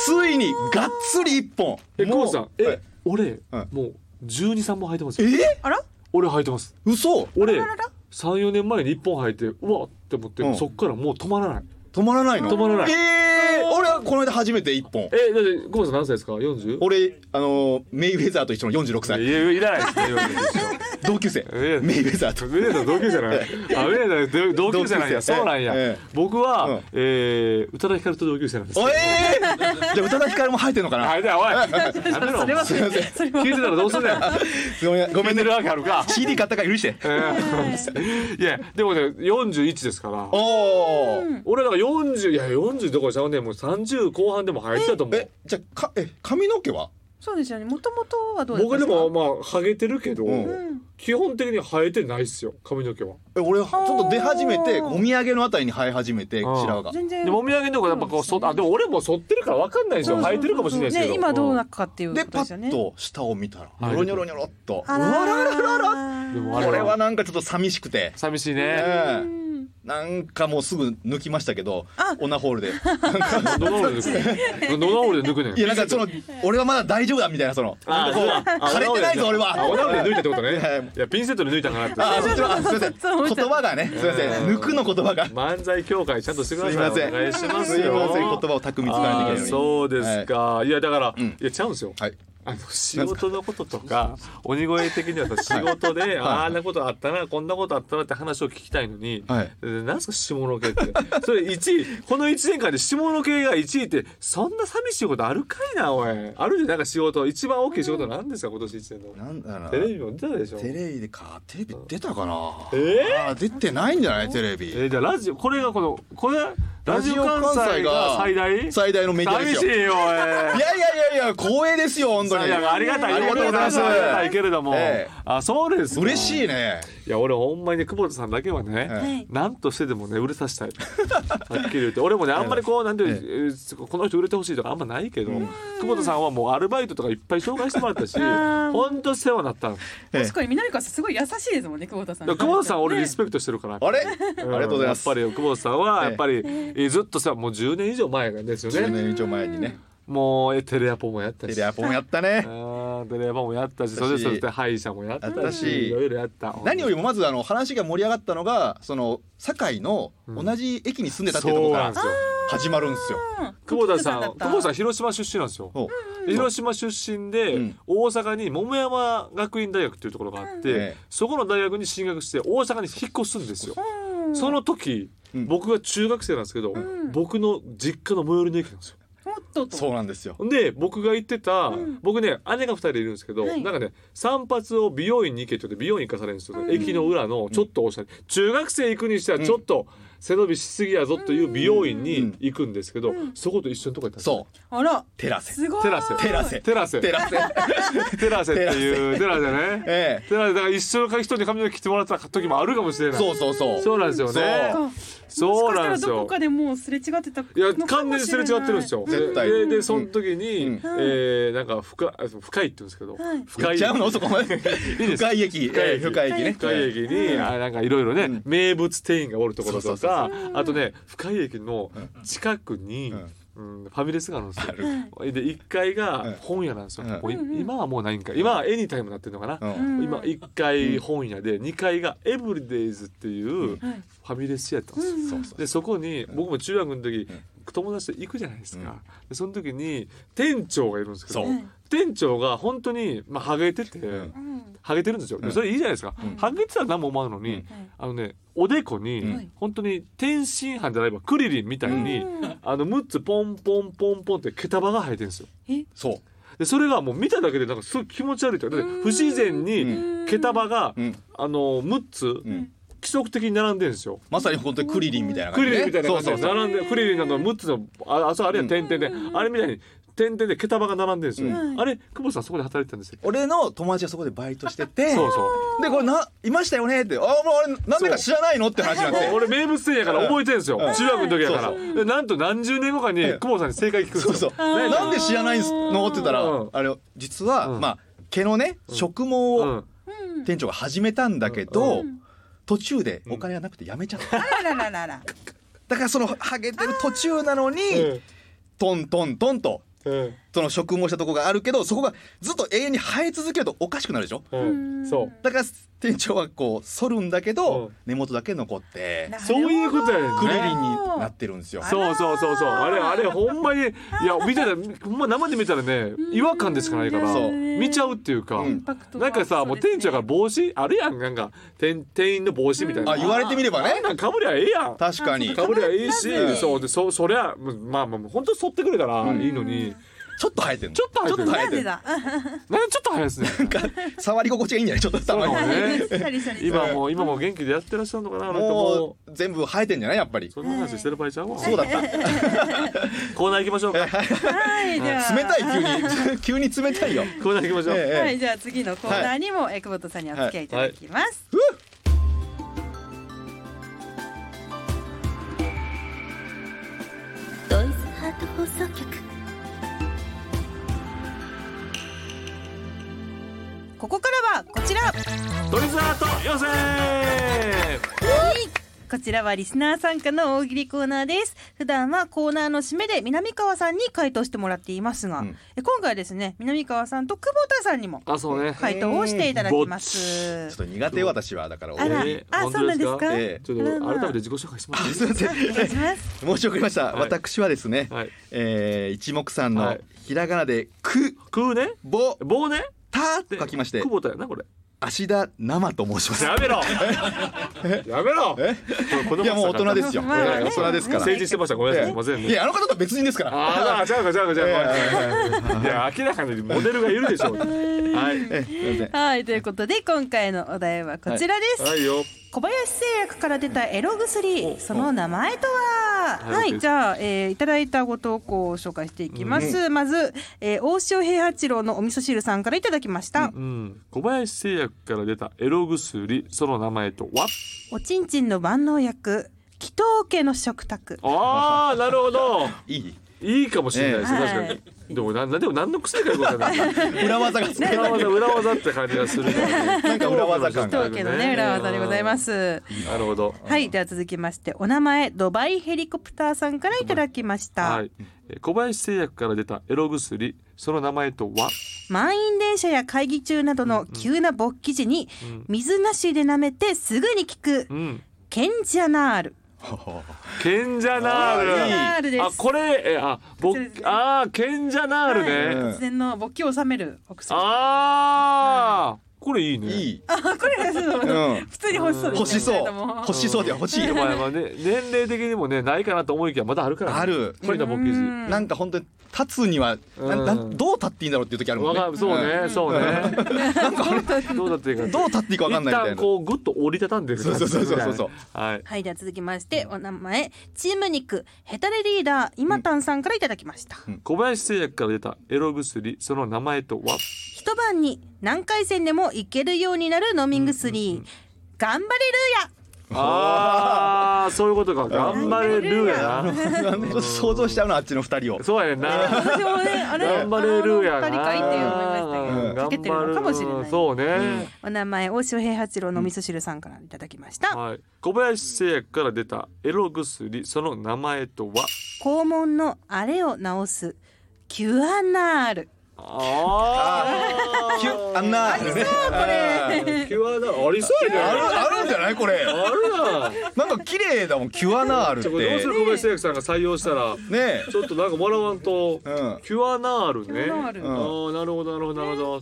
Speaker 3: ついにがっつり一本
Speaker 2: えコウさんえ、
Speaker 3: はい
Speaker 2: 俺、
Speaker 3: はい
Speaker 2: もう12、3本履いてますよ
Speaker 3: え
Speaker 1: あら
Speaker 2: 俺履いてます
Speaker 3: 嘘
Speaker 2: 俺
Speaker 1: あらら
Speaker 2: 34年前に1本履いてうわって思って、
Speaker 3: うん
Speaker 2: そっからもう止まらない
Speaker 3: 止まらないの
Speaker 2: 止まらない
Speaker 3: えー、俺はこの間初めて一本
Speaker 2: えだってコウさん何歳ですか 40?
Speaker 3: 俺あのーメイウェザーと一緒の46
Speaker 2: い
Speaker 3: 歳
Speaker 2: やいらないですね今の人
Speaker 3: 同級生
Speaker 2: ええ
Speaker 3: メイウェザーと
Speaker 2: ウェーダ同級生なんや。あ、ウェーダ同同級生なん
Speaker 3: 同級生
Speaker 2: や。そうなんや。
Speaker 3: ええ
Speaker 2: 僕は、
Speaker 3: うん
Speaker 2: えー、宇多田ヒカルと同級生なんです。
Speaker 3: おえー、じゃあ宇多田ヒカルも入ってんのかな、
Speaker 2: あれだよ、おい。やめろ。
Speaker 1: それは
Speaker 2: 聞
Speaker 1: それそれはい
Speaker 2: てたらどうすんねん。
Speaker 3: ごめんご
Speaker 2: ごめ
Speaker 3: めん
Speaker 2: んね、
Speaker 3: ね
Speaker 2: るわけあるか。
Speaker 3: CD 買ったから許して
Speaker 2: えーいや、でもね、41ですから。
Speaker 3: おお
Speaker 2: 俺だから40、いや、40どころちゃうねんもう30後半でも入ってたと思う
Speaker 3: え。じゃあかえ髪の毛は
Speaker 1: そうですよねもともとはどうだった
Speaker 2: 僕
Speaker 1: ん
Speaker 2: です
Speaker 1: か
Speaker 2: も、まあ、ハゲてるけど、
Speaker 3: うん
Speaker 1: うん
Speaker 2: 基本的に生えてないっすよ、髪の毛は。
Speaker 3: え俺ちょっと出始めて
Speaker 1: おー
Speaker 3: もみあげのあたりに生え始めて
Speaker 2: うん
Speaker 3: 白髪が
Speaker 1: 全然
Speaker 2: で、もみあげのとこやっぱこう、そあ、でも俺も剃ってるから分かんないんです
Speaker 1: そう
Speaker 2: よ。
Speaker 1: そうそう
Speaker 2: 生えてるかもしれないですけど。
Speaker 1: ね今どうな
Speaker 2: っ
Speaker 1: っかっていう
Speaker 3: で
Speaker 1: こと
Speaker 3: パ
Speaker 1: ですよ
Speaker 3: ッ
Speaker 1: ね
Speaker 3: と下を見たら
Speaker 2: い
Speaker 3: ニョロニョロニョロっと
Speaker 1: あら
Speaker 3: うわらららら
Speaker 2: でもあれ
Speaker 3: これはなんかちょっと寂しくて
Speaker 2: 寂しいね。
Speaker 3: え
Speaker 1: うん
Speaker 3: えなんかもうすぐ抜きましたけど
Speaker 1: あ
Speaker 3: オナホールで
Speaker 2: ドナウルで抜く。ドナウルで抜くねん。
Speaker 3: いやなんかそ の俺はまだ大丈夫だみたいなその
Speaker 2: あーそうだあ
Speaker 3: 枯れてないぞ俺は
Speaker 2: あオナウルで抜いたってこと
Speaker 3: はい
Speaker 2: ね。いや、ピンセットで抜いたんかなって。
Speaker 3: あーそっちはあすいません
Speaker 1: そうそう
Speaker 3: 言葉がねすいません抜くの言葉が
Speaker 2: 漫才協会ちゃんとしてくだ
Speaker 3: すい
Speaker 2: さい。
Speaker 3: ません
Speaker 2: お願いします
Speaker 3: すい
Speaker 2: よ。
Speaker 3: ません言葉を巧みに使わ
Speaker 2: あー
Speaker 3: ないといけないのに
Speaker 2: そうですか。いや、だから、
Speaker 3: うん
Speaker 2: いや、ちゃうんですよ。
Speaker 3: はい
Speaker 2: あの仕事のこととか鬼越的にはさ仕事であんなことあったなこんなことあったなって話を聞きたいのに、
Speaker 3: はい
Speaker 2: なんすか下の毛ってそれ1位この1年間で下の毛が1位ってそんな寂しいことあるかいなおいあるでなんか仕事一番大きい仕事なんですか今年1年の
Speaker 3: なんだろうな
Speaker 2: テレビも出たでしょ
Speaker 3: テレビでかテレビ出たかな
Speaker 2: えー
Speaker 3: あー出てないんじゃないテレビ
Speaker 2: えー、じゃあラジオこれがこのこれラジオ関西が最大
Speaker 3: 最大のメディアですよ
Speaker 2: 寂しいよおい
Speaker 3: いやいやいやいや光栄ですよ本当に
Speaker 2: いやありがたい
Speaker 3: ありがとうございます
Speaker 2: ありがたいけれども、
Speaker 3: ええ
Speaker 2: あそうですか
Speaker 3: 嬉しいね
Speaker 2: いや俺ほんまにね久保田さんだけはね、
Speaker 3: え
Speaker 1: はい
Speaker 2: なんと してでもね売れさせたいはっきり言って俺もねあんまりこうなんていうの、えーこの人売れてほしいとかあんまないけど、久保田さんはもうアルバイトとかいっぱい紹介してもらった し
Speaker 1: ー
Speaker 2: ほんと世話になったんだか
Speaker 3: ええ
Speaker 4: 確かに南川さんすごい優しいですもんね久保田さん
Speaker 2: ら久保田さん俺リスペクトしてるから、
Speaker 3: あれあ
Speaker 2: あ
Speaker 3: りがとうございます
Speaker 2: やっぱり久保田さんはやっぱり、えーずっとさもう10年以上前ですよ
Speaker 3: 10
Speaker 2: ね
Speaker 3: 年以上前にね
Speaker 2: もうえテレアポもやった
Speaker 3: テ
Speaker 2: し
Speaker 3: レアポもやったね
Speaker 2: あーテレアポもやったし
Speaker 3: やった
Speaker 2: そ
Speaker 3: し
Speaker 2: れそして歯医者もやったし
Speaker 3: やったし
Speaker 2: いろいろやった
Speaker 3: 何よりもまずあの話が盛り上がったのがその堺の
Speaker 2: うん
Speaker 3: 同じ駅に住んでたっていうとこ
Speaker 2: そう
Speaker 3: ろ
Speaker 2: なんで
Speaker 3: か
Speaker 2: すよ
Speaker 3: ら始まるんですよ。
Speaker 2: 久保田さん
Speaker 4: だった
Speaker 2: 久保田さん広島出身なんですよ
Speaker 3: そう
Speaker 2: 広島出身で、
Speaker 3: うん
Speaker 2: 大阪に桃山学院大学っていうところがあって、
Speaker 3: うんええ
Speaker 2: そこの大学に進学して大阪に引っ越すんですよ、その時、
Speaker 3: うん
Speaker 2: 僕が中学生なんですけど、僕の実家の最寄りの駅なんですよ
Speaker 4: もっとと
Speaker 3: そうなんですよ。
Speaker 2: で僕が行ってた、僕ね姉が2人いるんですけど、
Speaker 1: はい
Speaker 2: なんかね散髪を美容院に行けって言って美容院行かされるんですよ、駅の裏のちょっとおしゃれ、中学生行くにしてはちょっと背伸びしすぎやぞという美容院に行くんですけど、そこと一緒のとこ行ったんですよ
Speaker 3: そう
Speaker 4: あら
Speaker 3: テラセ
Speaker 4: すごい
Speaker 2: テラス
Speaker 3: テラセ
Speaker 2: テラス
Speaker 3: テラセ。
Speaker 2: テラセっていうテラセね、
Speaker 3: ええ
Speaker 2: テラセだから一緒の人に髪の毛切ってもらった時もあるかもしれない
Speaker 3: そうそうそう。
Speaker 2: そうなんですよね
Speaker 3: そう
Speaker 2: そうなん
Speaker 4: もしか
Speaker 2: です
Speaker 4: したらどこ
Speaker 2: よ
Speaker 4: かでもうすれ違ってた
Speaker 2: いや
Speaker 4: のか
Speaker 2: 完
Speaker 4: も
Speaker 2: 全
Speaker 4: し
Speaker 2: にす
Speaker 4: れ
Speaker 2: れ
Speaker 4: ない
Speaker 2: 違ってるんですよ
Speaker 3: 絶対
Speaker 2: ででその時に、
Speaker 3: うん
Speaker 2: えー、なんか深あ深いって言うんですけど、深
Speaker 3: 言っ
Speaker 2: い
Speaker 3: ちゃうのそこまで。
Speaker 2: です
Speaker 3: 深い駅。
Speaker 2: 深い
Speaker 3: ええ
Speaker 2: 駅
Speaker 3: 深い駅ね。
Speaker 2: 深い駅に、あなんかいろいろね、
Speaker 3: ん
Speaker 2: 名物店員がおるところ
Speaker 3: そ
Speaker 2: と
Speaker 3: うそうそ
Speaker 2: かあとね深い駅の近くに、うんファミレスがあるんですよ。で1階が本屋なんですよ。
Speaker 3: うん
Speaker 2: ここい今はもうないんか今はエニタイムになってるのかな、
Speaker 3: うん
Speaker 2: 今1階本屋で2階がエブリデイズっていうファミレスやったんですよ。
Speaker 3: そうそう。
Speaker 2: でそこに僕も中学の時、友達と行くじゃないですか、でその時に店長がいるんですけど
Speaker 3: そう
Speaker 2: 店長が本当にまあハゲてて、
Speaker 3: ん
Speaker 2: ハゲてるんですよ、でそれいいじゃないですか、ハゲてたら何も思わんのに、あのねおでこに、
Speaker 3: うん
Speaker 2: 本当に天津飯じゃないばクリリンみたいに、あの6つポンポンポンポンって毛束が生えてるんですよ。
Speaker 3: そう。
Speaker 2: でそれがもう見ただけでなんかすごい気持ち悪いというかだって不自然に毛束が、
Speaker 3: うん
Speaker 2: あの6つ、
Speaker 3: ん
Speaker 2: 規則的に並んでるんですよ。
Speaker 3: まさに本当にクリリンみたいな
Speaker 2: ク
Speaker 3: 感じ
Speaker 2: リリ
Speaker 3: ね
Speaker 2: ンみたいな感じ
Speaker 3: そう
Speaker 2: で
Speaker 3: そうそう。
Speaker 2: 並んでクリリンなどの6つのああそうあれは点々で、あれみたいに点々で毛束が並んでるんですよ、あれ久保田さんそこで働いてたんですよ、
Speaker 3: 俺の友達がそこでバイトしてて。
Speaker 2: そうそう
Speaker 3: でこれないましたよねってあもうあれなんでか知らないのって話になって
Speaker 2: 俺名物店やから覚えてるんですよ、中学の時やから、でなんと何十年後かに久保田さんに正解聞くんです
Speaker 3: そ
Speaker 2: よ
Speaker 3: うそう。
Speaker 2: ね
Speaker 3: なんで知らないんすのって言ったら、
Speaker 2: うん
Speaker 3: あれ実は、
Speaker 2: うん
Speaker 3: まあ毛のね植毛
Speaker 2: う
Speaker 3: を
Speaker 2: ん
Speaker 3: 店長が始めたんだけど、
Speaker 2: う
Speaker 3: 途中でお金がなくてやめちゃった。
Speaker 4: あららららら
Speaker 3: だからそのハゲてる途中なのに、トントントンと
Speaker 2: うん
Speaker 3: その植毛したとこがあるけどそこがずっと永遠に生え続けるとおかしくなるでしょ
Speaker 2: うんそう
Speaker 3: だから店長はこう剃るんだけ
Speaker 2: う
Speaker 3: ど
Speaker 2: ん
Speaker 3: 根元だけ残って
Speaker 2: そういうことやねん
Speaker 3: クリリン
Speaker 2: ね
Speaker 3: になってるんですよ。
Speaker 2: そうそうそうそうあれあれほんまにいや見てたらほんま生で見たらね違和感でしかないから
Speaker 3: そう
Speaker 2: 見ちゃうっていうか、
Speaker 3: うん
Speaker 2: なんかさもう店長が帽子あるやんなんか店店員の帽子みたいな
Speaker 3: あ言われてみれば
Speaker 2: あん
Speaker 3: ね
Speaker 2: なんかぶりゃええやん
Speaker 3: 確かにち
Speaker 2: かぶりゃいいし、
Speaker 3: うん
Speaker 2: そうでそそりゃまあまあ本当剃ってくれたらいいのに、
Speaker 3: ょっと生えてる
Speaker 2: ちょっと早く
Speaker 3: ちょっ
Speaker 2: ね
Speaker 3: と早
Speaker 1: なんでだ
Speaker 2: なんかちょっと早いですね
Speaker 3: 触り心地がいいんじゃないちょっとたまに
Speaker 2: そうね
Speaker 5: シャリシャリ
Speaker 2: 今もう今も元気でやってらっしゃるのかなあの人
Speaker 3: も
Speaker 2: も
Speaker 3: う全部生えてんじゃないやっぱり
Speaker 2: そんな話してる場合ちゃうわ
Speaker 3: そうだった
Speaker 2: コーナー行きましょうか
Speaker 1: はいでは
Speaker 3: 冷た い急に急に冷たいよ
Speaker 2: コーナー行きましょう、
Speaker 3: ええ
Speaker 5: はいじゃあ次のコーナーにもえー久保田さんにお付き合いいただきます
Speaker 6: トイズハート放送局
Speaker 1: ここからはこちら
Speaker 2: トリザート予選
Speaker 1: こちらはリスナー参加の大喜利コーナーです。普段はコーナーの締めで南川さんに回答してもらっていますが、
Speaker 3: うん
Speaker 1: え今回はですね、南川さんと久保田さんにも
Speaker 2: あそうね
Speaker 1: 回答をしていただきます
Speaker 3: ちょっ。と苦手よ私はだから
Speaker 1: あら、
Speaker 2: えー
Speaker 1: あ、
Speaker 2: 本当
Speaker 1: そうなんですか。
Speaker 3: です
Speaker 2: ちょっと改めて自己紹介しま
Speaker 3: あ
Speaker 2: す
Speaker 3: すいません
Speaker 1: お願いします。
Speaker 3: 申し遅れました、
Speaker 2: はい
Speaker 3: 私はですね、
Speaker 2: はい
Speaker 3: えー一目散
Speaker 2: は
Speaker 3: の
Speaker 2: い
Speaker 3: ひらがなで「く
Speaker 2: 食うね
Speaker 3: ぼ
Speaker 2: 棒ね
Speaker 3: た」
Speaker 2: で
Speaker 3: と書きまして
Speaker 2: 久保田やなこれ
Speaker 3: 芦田生と申します
Speaker 2: やめろやめろ
Speaker 3: え
Speaker 2: この
Speaker 3: いやもう大人ですよ、
Speaker 1: まあまあね
Speaker 3: 大人ですから
Speaker 2: 成人してましたごめんなさいす
Speaker 3: ええ
Speaker 2: いません
Speaker 3: い
Speaker 2: ね
Speaker 3: やあの方と別人ですから
Speaker 2: ああじゃあじゃあじゃあじゃあ
Speaker 3: え
Speaker 2: いや明らかにモデルがいる でしょうはい
Speaker 3: ええすいません
Speaker 1: はい、ということで、今回のお題はこちらです。
Speaker 2: はいよ
Speaker 1: 小林製薬から出たエロ薬その名前とは
Speaker 2: お
Speaker 1: はいじゃあ、えーいただいたご投稿を紹介していきます、まず、えー、大塩平八郎のお味噌汁さんからいただきました、
Speaker 2: うん小林製薬から出たエロ薬その名前とは
Speaker 1: おちんちんの万能薬祈祷家の食卓
Speaker 2: ああなるほど
Speaker 3: いい
Speaker 2: いいかもしれないです、
Speaker 1: ええ
Speaker 2: 確かに、でもななでも何の癖かよくわかんない
Speaker 3: 裏技が使え
Speaker 2: 裏
Speaker 3: ない
Speaker 2: 技裏技って感じがする からね
Speaker 3: なんか裏技感
Speaker 1: 祈
Speaker 3: が
Speaker 1: 祷家のね裏技でございます
Speaker 2: なるほど
Speaker 1: はいでは続きましてお名前ドバイヘリコプターさんからいただきました、
Speaker 2: はいえー小林製薬から出たエロ薬その名前とは
Speaker 1: 満員電車や会議中などの急な勃起時に水なしで舐めてすぐに効く
Speaker 2: うん
Speaker 1: ケンジャナール
Speaker 2: ケンジャナー
Speaker 1: ナールで
Speaker 2: ルあ
Speaker 1: す。
Speaker 2: これえーあ
Speaker 5: こ
Speaker 2: ぼ
Speaker 5: ちらですね
Speaker 2: あーケンジャナールね、
Speaker 3: うん
Speaker 5: 突然の勃起を収めるお薬
Speaker 2: ああこれいいね
Speaker 3: いい、
Speaker 5: これ
Speaker 3: うん、
Speaker 5: 普通に欲しそう
Speaker 3: 欲
Speaker 5: です
Speaker 3: し
Speaker 5: ね
Speaker 3: そ
Speaker 5: 二人
Speaker 3: う
Speaker 5: とも
Speaker 3: 欲しそうで欲しい
Speaker 2: でもやっぱね年齢的にもねないかなと思いきやまだあるから、ね、
Speaker 3: ある
Speaker 2: これだ僕記事
Speaker 3: なんか本当に立つにはな
Speaker 2: うん
Speaker 3: なんどう立っていいんだろうっていう時あるも
Speaker 2: わ
Speaker 3: んね
Speaker 2: かるそうね、そうね どうだっていいか
Speaker 3: うんどう立っていいかわかんない
Speaker 2: 一
Speaker 3: みたい
Speaker 2: 旦
Speaker 3: な
Speaker 2: こうグッと折りたたんでる
Speaker 3: そうそうそうそうそう
Speaker 2: はい
Speaker 1: はい、では続きまして、お名前、チーム肉、ヘタレリーダー、今たんさんからいただきました。
Speaker 2: 小林製薬から出たエロ薬その名前とは
Speaker 1: 一晩に何回戦でもいけるようになる飲み薬、頑張れ
Speaker 2: ああそういうことか頑張れるや な
Speaker 3: なんかちょっと想像しちゃうなあっちの二人を
Speaker 2: そうやねんな
Speaker 1: ルーヤ私もね、あれ、
Speaker 2: 頑張れるや
Speaker 1: あの
Speaker 2: な
Speaker 1: 二人かいって思いましたけ
Speaker 2: う
Speaker 1: ど、
Speaker 2: ん
Speaker 1: かけてるのかもしれ
Speaker 2: 頑張
Speaker 1: な
Speaker 2: る
Speaker 1: い。
Speaker 2: そうね、
Speaker 1: お名前、大塩平八郎のお味噌汁さんからいただきました。
Speaker 2: はい小林製薬から出たエロ薬その名前とは
Speaker 1: 肛門のあれを治す、キュアナール。
Speaker 2: あ
Speaker 3: キュあんなある
Speaker 2: あキュアだありそうやね
Speaker 3: あるんじゃないこれ
Speaker 2: あるな
Speaker 3: なんか綺麗だもんキュアナールっ
Speaker 2: ちょこれどうする
Speaker 3: て
Speaker 2: 小林製薬さんが採用したら
Speaker 3: ね
Speaker 2: ちょっとなんかもらわんと、
Speaker 3: うん
Speaker 2: キュアナールね。
Speaker 5: キュアナール
Speaker 2: ああ、なるほど、なるほど、なるほど。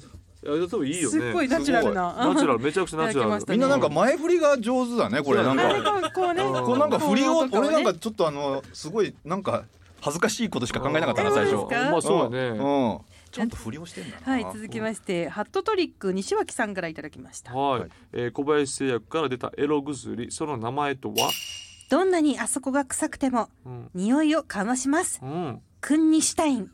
Speaker 2: いや、多分いいよ
Speaker 5: す
Speaker 2: ね。
Speaker 5: っごいナチュラルな
Speaker 2: ナチュラル、めちゃくちゃナチ
Speaker 5: いた
Speaker 2: ュラ
Speaker 5: だきまし
Speaker 2: ル。
Speaker 5: た
Speaker 3: みんななんか前振りが上手だねこれなん
Speaker 5: あれ
Speaker 3: か
Speaker 5: こうこうね
Speaker 2: うん
Speaker 3: こうなんか振りを
Speaker 5: こういうのとか
Speaker 3: 俺
Speaker 5: ね
Speaker 3: なんかちょっとあのすごいなんか恥ずかしいことしか考えなかったな最
Speaker 5: え
Speaker 3: 初
Speaker 5: そうですか
Speaker 2: まあ、そうやね。
Speaker 3: んうんちゃんと振りをしてんだな
Speaker 1: はい、続きまして、ハットトリック西脇さんからいただきました。
Speaker 2: はい、えー小林製薬から出たエロ薬、その名前とは。
Speaker 1: どんなにあそこが臭くても、
Speaker 2: うん。
Speaker 1: 匂いをかまします。
Speaker 2: うん。
Speaker 1: クンニシュタイン。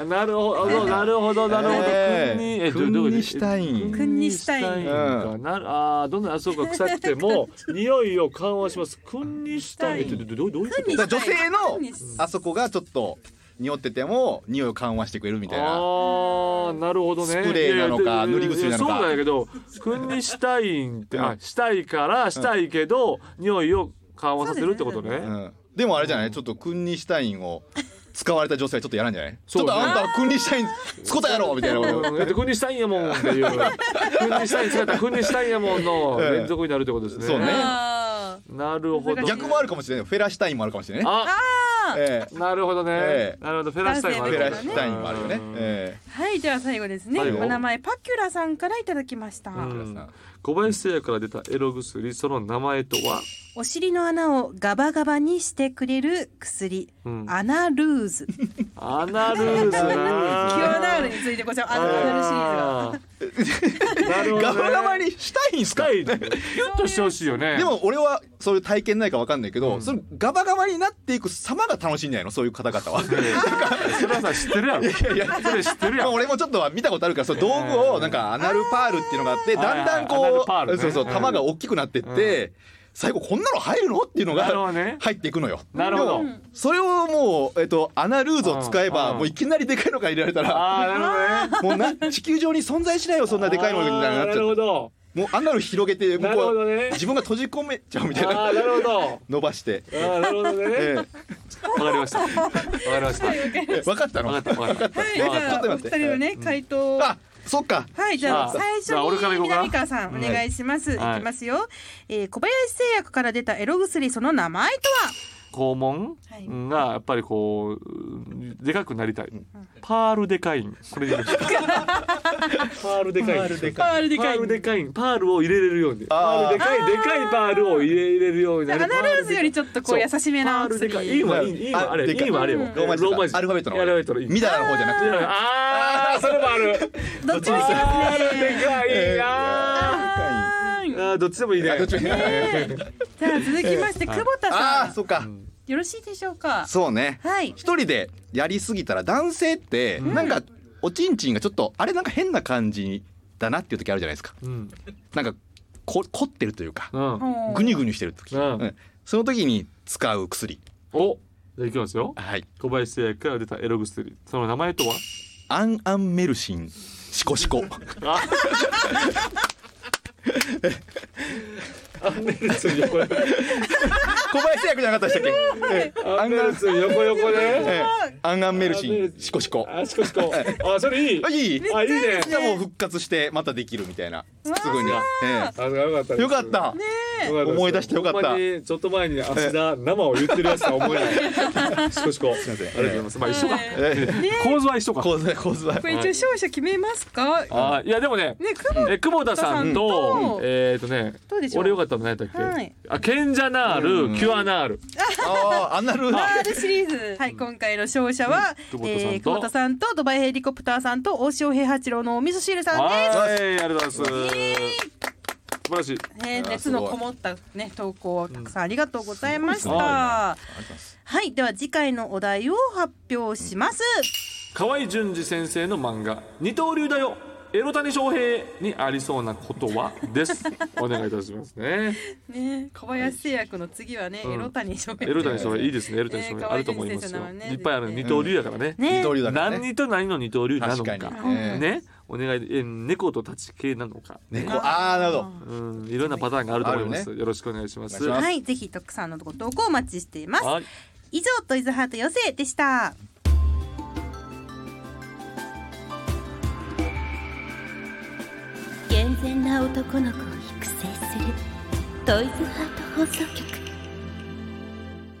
Speaker 2: あなるほど、なるほど、なるほど。
Speaker 3: えー
Speaker 2: 君に、
Speaker 3: 君にしたいん
Speaker 2: 君にしたいんかな。ああ、どんな、あそうか、臭くても、匂いを緩和します。君にしたいん。えど、ど、どどういうこと。
Speaker 3: だから女性の
Speaker 5: に
Speaker 3: あそこがちょっと匂ってても匂いを緩和してくれるみたいな
Speaker 2: ああなるほどね
Speaker 3: スプレーなのか
Speaker 2: いやいや
Speaker 3: 塗り薬なのか
Speaker 2: いやそうなんだけど君にしたいんって
Speaker 3: うん
Speaker 2: あしたいからしたいけど、匂いを緩和させるってことね。
Speaker 3: うんでもあれじゃないちょっとクンニシュタインを使われた女性はちょっとやらんじゃないち
Speaker 2: そ
Speaker 3: ょ
Speaker 2: う
Speaker 3: っ
Speaker 2: ね
Speaker 3: とあんたはクンニシュタイン使うたやろみたいなこと
Speaker 2: うんだって君にしたいんやもんっていう 君にしたい姿君にしたいんやもんの連続になるってことですね。
Speaker 3: そうね
Speaker 1: あ
Speaker 2: なるほど。
Speaker 3: 逆もあるかもしれないフェラシュタインもあるかもしれないね
Speaker 2: あ
Speaker 3: ええ
Speaker 2: なるほどね、
Speaker 3: ええ
Speaker 2: なるほどフェラシタインもあ
Speaker 3: フ
Speaker 2: る
Speaker 3: ェ
Speaker 2: か
Speaker 3: ラシュタインもあるよね
Speaker 2: うん
Speaker 3: え
Speaker 1: ーはいでは最後ですね
Speaker 2: 最後
Speaker 1: お名前パキュラさんからいただきました、
Speaker 2: うん小林製薬から出たエロ薬その名前とは、
Speaker 7: お尻の穴をガバガバにしてくれる薬、
Speaker 2: うん、
Speaker 7: アナルーズ
Speaker 2: アナルーズ な
Speaker 1: キュアナウルについてこちらアナルシリーズが
Speaker 2: ズ がなるほど、
Speaker 3: えガ
Speaker 2: ね、
Speaker 3: バガバにしたいんすか
Speaker 2: したいねギュッとしてほしいよね
Speaker 3: でも俺はそういう体験ないかわかんないけど、
Speaker 2: うん
Speaker 3: そのガバガバになっていく様が楽しいんじゃないのそういう方々 は。
Speaker 2: それはさ知ってるやろそ
Speaker 3: いや
Speaker 2: れ知ってるや
Speaker 3: まあ
Speaker 2: ろ
Speaker 3: 俺もちょっとは見たことあるからその道具をなんかアナルパールっていうのがあって
Speaker 2: あー
Speaker 3: だんだん
Speaker 2: はいはいアナ
Speaker 3: こ
Speaker 2: ルパール
Speaker 3: う
Speaker 2: ね
Speaker 3: そうそう玉が大きくなってって最後こんなの入るのっていうの
Speaker 2: なるほど
Speaker 3: が
Speaker 2: ね
Speaker 3: 入っていくのよ。
Speaker 2: なるほど
Speaker 3: でもそれをもうえっとアナルーズを使え
Speaker 2: う
Speaker 3: ば
Speaker 2: ん
Speaker 3: もういきなりでかいのが入れられたら
Speaker 2: ああなるほどね
Speaker 3: もうな地球上に存在しないよそんなでかいのみたいにな
Speaker 2: あ
Speaker 3: っ
Speaker 2: ーな
Speaker 3: ち
Speaker 2: る
Speaker 3: ゃっ
Speaker 2: ほ
Speaker 3: て
Speaker 2: ど
Speaker 3: もうアナル広げて
Speaker 2: なるほ
Speaker 3: も
Speaker 2: ど
Speaker 3: う
Speaker 2: ね
Speaker 3: 自分が閉じ込めちゃうみたい
Speaker 2: あ
Speaker 3: な
Speaker 2: あなるほど
Speaker 3: 伸ばして。
Speaker 2: ああなるほどね
Speaker 3: ええ
Speaker 2: わかりましたわかりま した
Speaker 3: え分かったの
Speaker 2: わかったわかった
Speaker 1: はいじゃあお二人のね回答
Speaker 3: あそっか
Speaker 1: はい、じゃあ
Speaker 2: じゃあ
Speaker 1: 最
Speaker 2: じゃあ俺から
Speaker 1: 初
Speaker 2: 行
Speaker 1: に
Speaker 2: こうか
Speaker 1: 南川さんお願いします。い
Speaker 2: はい
Speaker 1: きますよ。えー小林製薬から出たエロ薬その名前とは
Speaker 2: 肛門
Speaker 1: はい
Speaker 2: がやっぱりこうでかくなりたいパールでかいんこれでいいです かパールでかいん
Speaker 1: パールで
Speaker 2: パ
Speaker 1: かい
Speaker 2: ールでかいんパールを入れれるようにパー
Speaker 3: あ
Speaker 2: ルで
Speaker 3: ー
Speaker 2: かいでかいパールを入れれるように
Speaker 1: じゃ
Speaker 2: な
Speaker 1: あ
Speaker 2: る
Speaker 1: アナルーズよりちょっとこう優しめなお
Speaker 2: パールでかい
Speaker 1: 薬。
Speaker 2: いいわいいいいわ
Speaker 3: あ
Speaker 2: あれ
Speaker 3: でかい
Speaker 2: いいわあれよ
Speaker 3: ローマ字だアルファベットの
Speaker 2: アルファベットのいい
Speaker 3: みたいな方じゃなくて
Speaker 2: ああそれもある
Speaker 1: どっち
Speaker 2: パ
Speaker 1: もいいです
Speaker 2: ールでかい
Speaker 3: えー
Speaker 2: あー
Speaker 1: ね。
Speaker 2: あーどっちでもいいね
Speaker 3: あどっちもいい
Speaker 1: じゃあ続きまして久保田
Speaker 3: あ
Speaker 1: さ
Speaker 3: ー
Speaker 1: ん
Speaker 3: そっか
Speaker 1: よろしいでしょうか。
Speaker 3: そうね
Speaker 1: はい。
Speaker 3: 一人でやりすぎたら男性ってなんかおちんちんがちょっとあれなんか変な感じだなっていう時あるじゃないですか
Speaker 2: うん
Speaker 3: なんかこ凝ってるというか
Speaker 2: うん
Speaker 3: グニュグニュしてる時、
Speaker 2: うん
Speaker 3: うんその時に使う薬
Speaker 2: おじゃあいきますよ
Speaker 3: はい
Speaker 2: 小林製薬から出たエロ薬その名前とは
Speaker 3: アンアンメルシンシコ シコ
Speaker 2: あアンネルスン横横
Speaker 3: 小林製薬じゃなかったでしたっけ、ええ
Speaker 2: アンネルスン横横
Speaker 3: え
Speaker 2: ね
Speaker 3: えアンアンメルシンシコシコ
Speaker 2: あしこしこあそれいい
Speaker 3: あいい
Speaker 2: あいいね
Speaker 3: じゃあもう復活してまたできるみたいなすぐに、え
Speaker 2: あよかった
Speaker 3: えよかった
Speaker 2: よかっです
Speaker 3: 思い出してよかった
Speaker 2: ほんまにちょっと前に芦田生を言ってるやつは思えないしこしこす
Speaker 3: ません
Speaker 2: ありがとうございますまあ一緒か
Speaker 1: はい
Speaker 3: ええ
Speaker 2: 構図は一緒か
Speaker 3: 構図構図
Speaker 1: これ一応勝者決めますか。ね
Speaker 2: あいやでもね
Speaker 1: 久保
Speaker 2: え久保田さん
Speaker 1: 久保田さん
Speaker 2: と
Speaker 1: と
Speaker 2: えっとね
Speaker 1: どうでしょう
Speaker 2: 俺よかったの何やったっけ
Speaker 1: はい
Speaker 2: あケンジャナー
Speaker 3: う
Speaker 2: ル
Speaker 3: ん
Speaker 2: キュアナール
Speaker 3: ああアナル
Speaker 1: パールシリーズ。はい、今回の勝者は、
Speaker 2: 久保田さんと
Speaker 1: えー久保田さんとドバイヘリコプターさんと大塩平八郎のお味噌汁さんです。
Speaker 2: はい、ありがとうございます。素晴らしい。
Speaker 1: ね、
Speaker 3: ー
Speaker 1: 熱のこもったね投稿をたくさんありがとうございました。
Speaker 2: うんすごいな
Speaker 1: はい、では次回のお題を発表します。
Speaker 2: 河合淳二先生の漫画、二刀流だよ。エロ谷翔平にありそうなことはです。お願いいたしますね。
Speaker 1: ね、小林製薬の次はね、
Speaker 2: うん
Speaker 1: エロ谷翔
Speaker 2: エ
Speaker 1: 平。
Speaker 2: ロ谷翔平いいですね。エロ谷翔
Speaker 1: えー
Speaker 2: 平
Speaker 1: 河合
Speaker 2: あると思います
Speaker 1: 淳二
Speaker 2: よ。
Speaker 1: 先生の名前ね
Speaker 2: いっぱいある
Speaker 1: ぜひね
Speaker 2: 二刀流やからね。
Speaker 1: ね
Speaker 3: 二刀流だから
Speaker 2: 何
Speaker 3: ね
Speaker 2: 人と何の二刀流なの
Speaker 3: 確か
Speaker 2: か。
Speaker 3: に
Speaker 2: ね
Speaker 3: ね
Speaker 2: お願いえ猫と立ち系なのか。
Speaker 3: 猫ああなるほど
Speaker 2: うん、いろんなパターンがあると思います。
Speaker 3: あ
Speaker 2: よろしくお願いします。
Speaker 3: お願いし
Speaker 1: はい、ぜひ徳さんのご投稿お待ちしています。
Speaker 2: はい
Speaker 1: 以上トイズハート寄せでした。
Speaker 8: 健全な男の子を育成するトイズハート放送局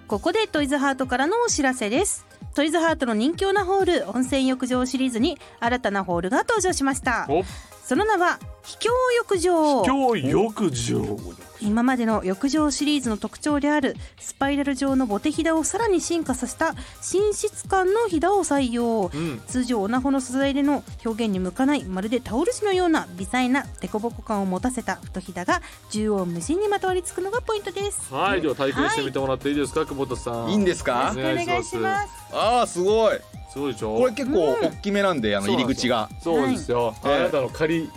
Speaker 1: ここでトイズハートからのお知らせですトイズハートの人気なホール温泉浴場シリーズに新たなホールが登場しました
Speaker 2: お、
Speaker 1: その名は秘境浴場
Speaker 2: 今日浴場。
Speaker 1: 今までの浴場シリーズの特徴であるスパイラル状のボテヒダをさらに進化させた寝室感のヒダを採用
Speaker 2: うん。
Speaker 1: 通常オナホの素材での表現に向かないまるでタオル紙のような微細な凸凹感を持たせた太ひだが縦横無尽にまとわりつくのがポイントです
Speaker 2: はい、では体験してみてもらっていいですか、久保田さん。
Speaker 3: いいんですか
Speaker 2: ね
Speaker 1: よろしくお願いします
Speaker 3: ああすごい
Speaker 2: すごいでしょ。
Speaker 3: これ結構大きめなんであの
Speaker 2: そう
Speaker 3: 入
Speaker 2: な
Speaker 3: り
Speaker 2: んです
Speaker 3: 口
Speaker 2: よ
Speaker 3: が
Speaker 2: そうですよ。
Speaker 3: はい
Speaker 2: あなたの 仮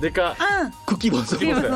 Speaker 2: でか
Speaker 1: あ
Speaker 3: 茎細
Speaker 1: あ、すいません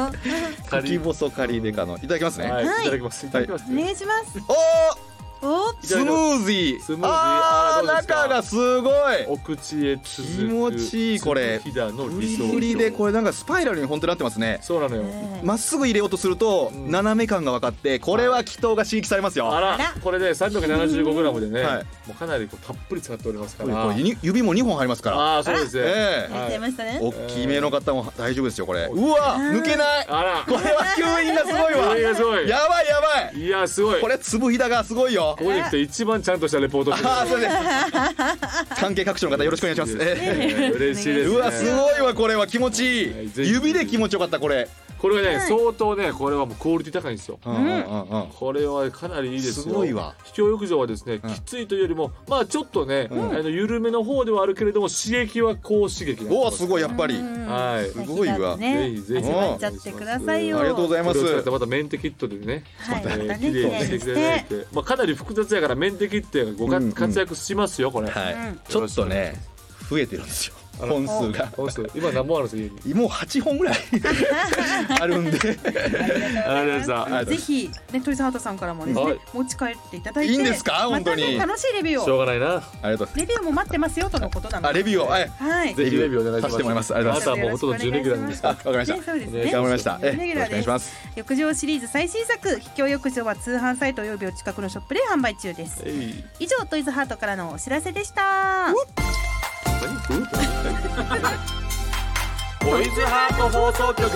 Speaker 3: 茎
Speaker 2: 仮。
Speaker 3: 細カリデカのいただきますね
Speaker 2: はい、
Speaker 1: はい
Speaker 2: いただきます。いただきます。
Speaker 1: お願いします
Speaker 3: お
Speaker 1: お
Speaker 2: い
Speaker 3: ス
Speaker 2: ただき
Speaker 3: ム
Speaker 2: ます
Speaker 3: ージー
Speaker 2: スムージー
Speaker 3: あ
Speaker 2: あー
Speaker 3: ー
Speaker 2: どうですか
Speaker 3: 中がすごい
Speaker 2: お口へ続く
Speaker 3: 気持ちいいこれ
Speaker 2: ひだの
Speaker 3: フ
Speaker 2: 理
Speaker 3: リ
Speaker 2: 想
Speaker 3: フリでこれなんかスパイラルに本当になってますね
Speaker 2: そうなのよ、
Speaker 3: まっすぐ入れようとすると
Speaker 2: うん
Speaker 3: 斜め感が分かってこれは気筒が刺激されますよ
Speaker 2: あら
Speaker 1: あら
Speaker 2: これで 375g でね、
Speaker 3: はい
Speaker 2: もうかなりこうたっぷり使っておりますか
Speaker 3: これ
Speaker 2: ら
Speaker 3: これに指も2本入りますから
Speaker 2: ああそうですね
Speaker 3: ええ
Speaker 1: やっちゃいましたね
Speaker 3: 大きめの方も大丈夫ですよこれうわ抜けない
Speaker 2: あら
Speaker 3: これは吸引がすごいわ
Speaker 2: いやすごい
Speaker 3: やばいやばい
Speaker 2: いやすごい
Speaker 3: こ
Speaker 2: こ
Speaker 3: れ粒ひだがすごいよ
Speaker 2: こに来て一番ちゃんとしたレポートしてる
Speaker 3: ああすいません関係各所の方よろしくお願いしますえ
Speaker 2: ええ嬉しいで
Speaker 3: え
Speaker 2: す、ね、
Speaker 3: うわすごいわこれは気持ち
Speaker 2: はいい
Speaker 3: い
Speaker 2: ぜひ
Speaker 3: 指で気持ちよかったこれ
Speaker 2: これはね相当ねこれはもうクオリティ高いんですよ
Speaker 3: うんうんうん
Speaker 2: これはかなりいいですよ
Speaker 3: すごいわ
Speaker 2: 秘境浴場はですね、
Speaker 3: うん
Speaker 2: きついというよりもまあちょっとね、
Speaker 3: うん
Speaker 2: あの緩めの方ではあるけれども刺激は高刺激なんで
Speaker 3: おおすごいやっぱり
Speaker 2: はい
Speaker 3: すごいわ
Speaker 2: ぜ
Speaker 5: ね
Speaker 2: ひぜひ
Speaker 3: 味わ
Speaker 5: っちゃってくださいよ
Speaker 3: ありがとうございます
Speaker 2: それを使ってまたメンテキットでね、
Speaker 5: はい
Speaker 2: えー
Speaker 5: またね
Speaker 2: 綺麗にしていただいて、まあ、かなり複雑やからメンテキットがご活
Speaker 3: うんうん
Speaker 2: 活躍しますよこれ、
Speaker 3: はいちょっとね増えてるんですよ本数が
Speaker 2: そうそう今何本あるんですか
Speaker 3: もう8本ぐらいあるんで
Speaker 2: 家にありがとうございました
Speaker 3: はい
Speaker 1: ぜひねトイズハートさんからもですね、
Speaker 2: はい
Speaker 1: 持ち帰っていただいて
Speaker 3: いいんですか本当に
Speaker 1: またね楽しいレビュ
Speaker 2: し
Speaker 1: ー
Speaker 2: ょう
Speaker 1: を
Speaker 2: がないな
Speaker 3: ありがとうございます
Speaker 1: レビューも待ってますよとのことなの
Speaker 3: あ
Speaker 1: で
Speaker 3: レビューをはい
Speaker 1: はい
Speaker 2: ぜひレビューお願いしま
Speaker 3: さ
Speaker 2: す
Speaker 3: せてもらいますありがとうございま
Speaker 2: 朝
Speaker 3: す
Speaker 2: もうほとんど準レギュラーなんです
Speaker 3: あ
Speaker 2: か
Speaker 3: わかりました
Speaker 1: ねそうですね
Speaker 3: えー頑張りましたえ
Speaker 1: 準レギ
Speaker 3: え
Speaker 1: ュ
Speaker 3: よ
Speaker 1: ラ
Speaker 3: ろ
Speaker 1: ーです
Speaker 3: しくお願いします
Speaker 1: 浴場シリーズ最新作「秘境浴場」は通販サイトおよびお近くのショップで販売中です
Speaker 2: えい
Speaker 5: 以上トイズハートからのお知らせでした
Speaker 2: ボイズハート放送局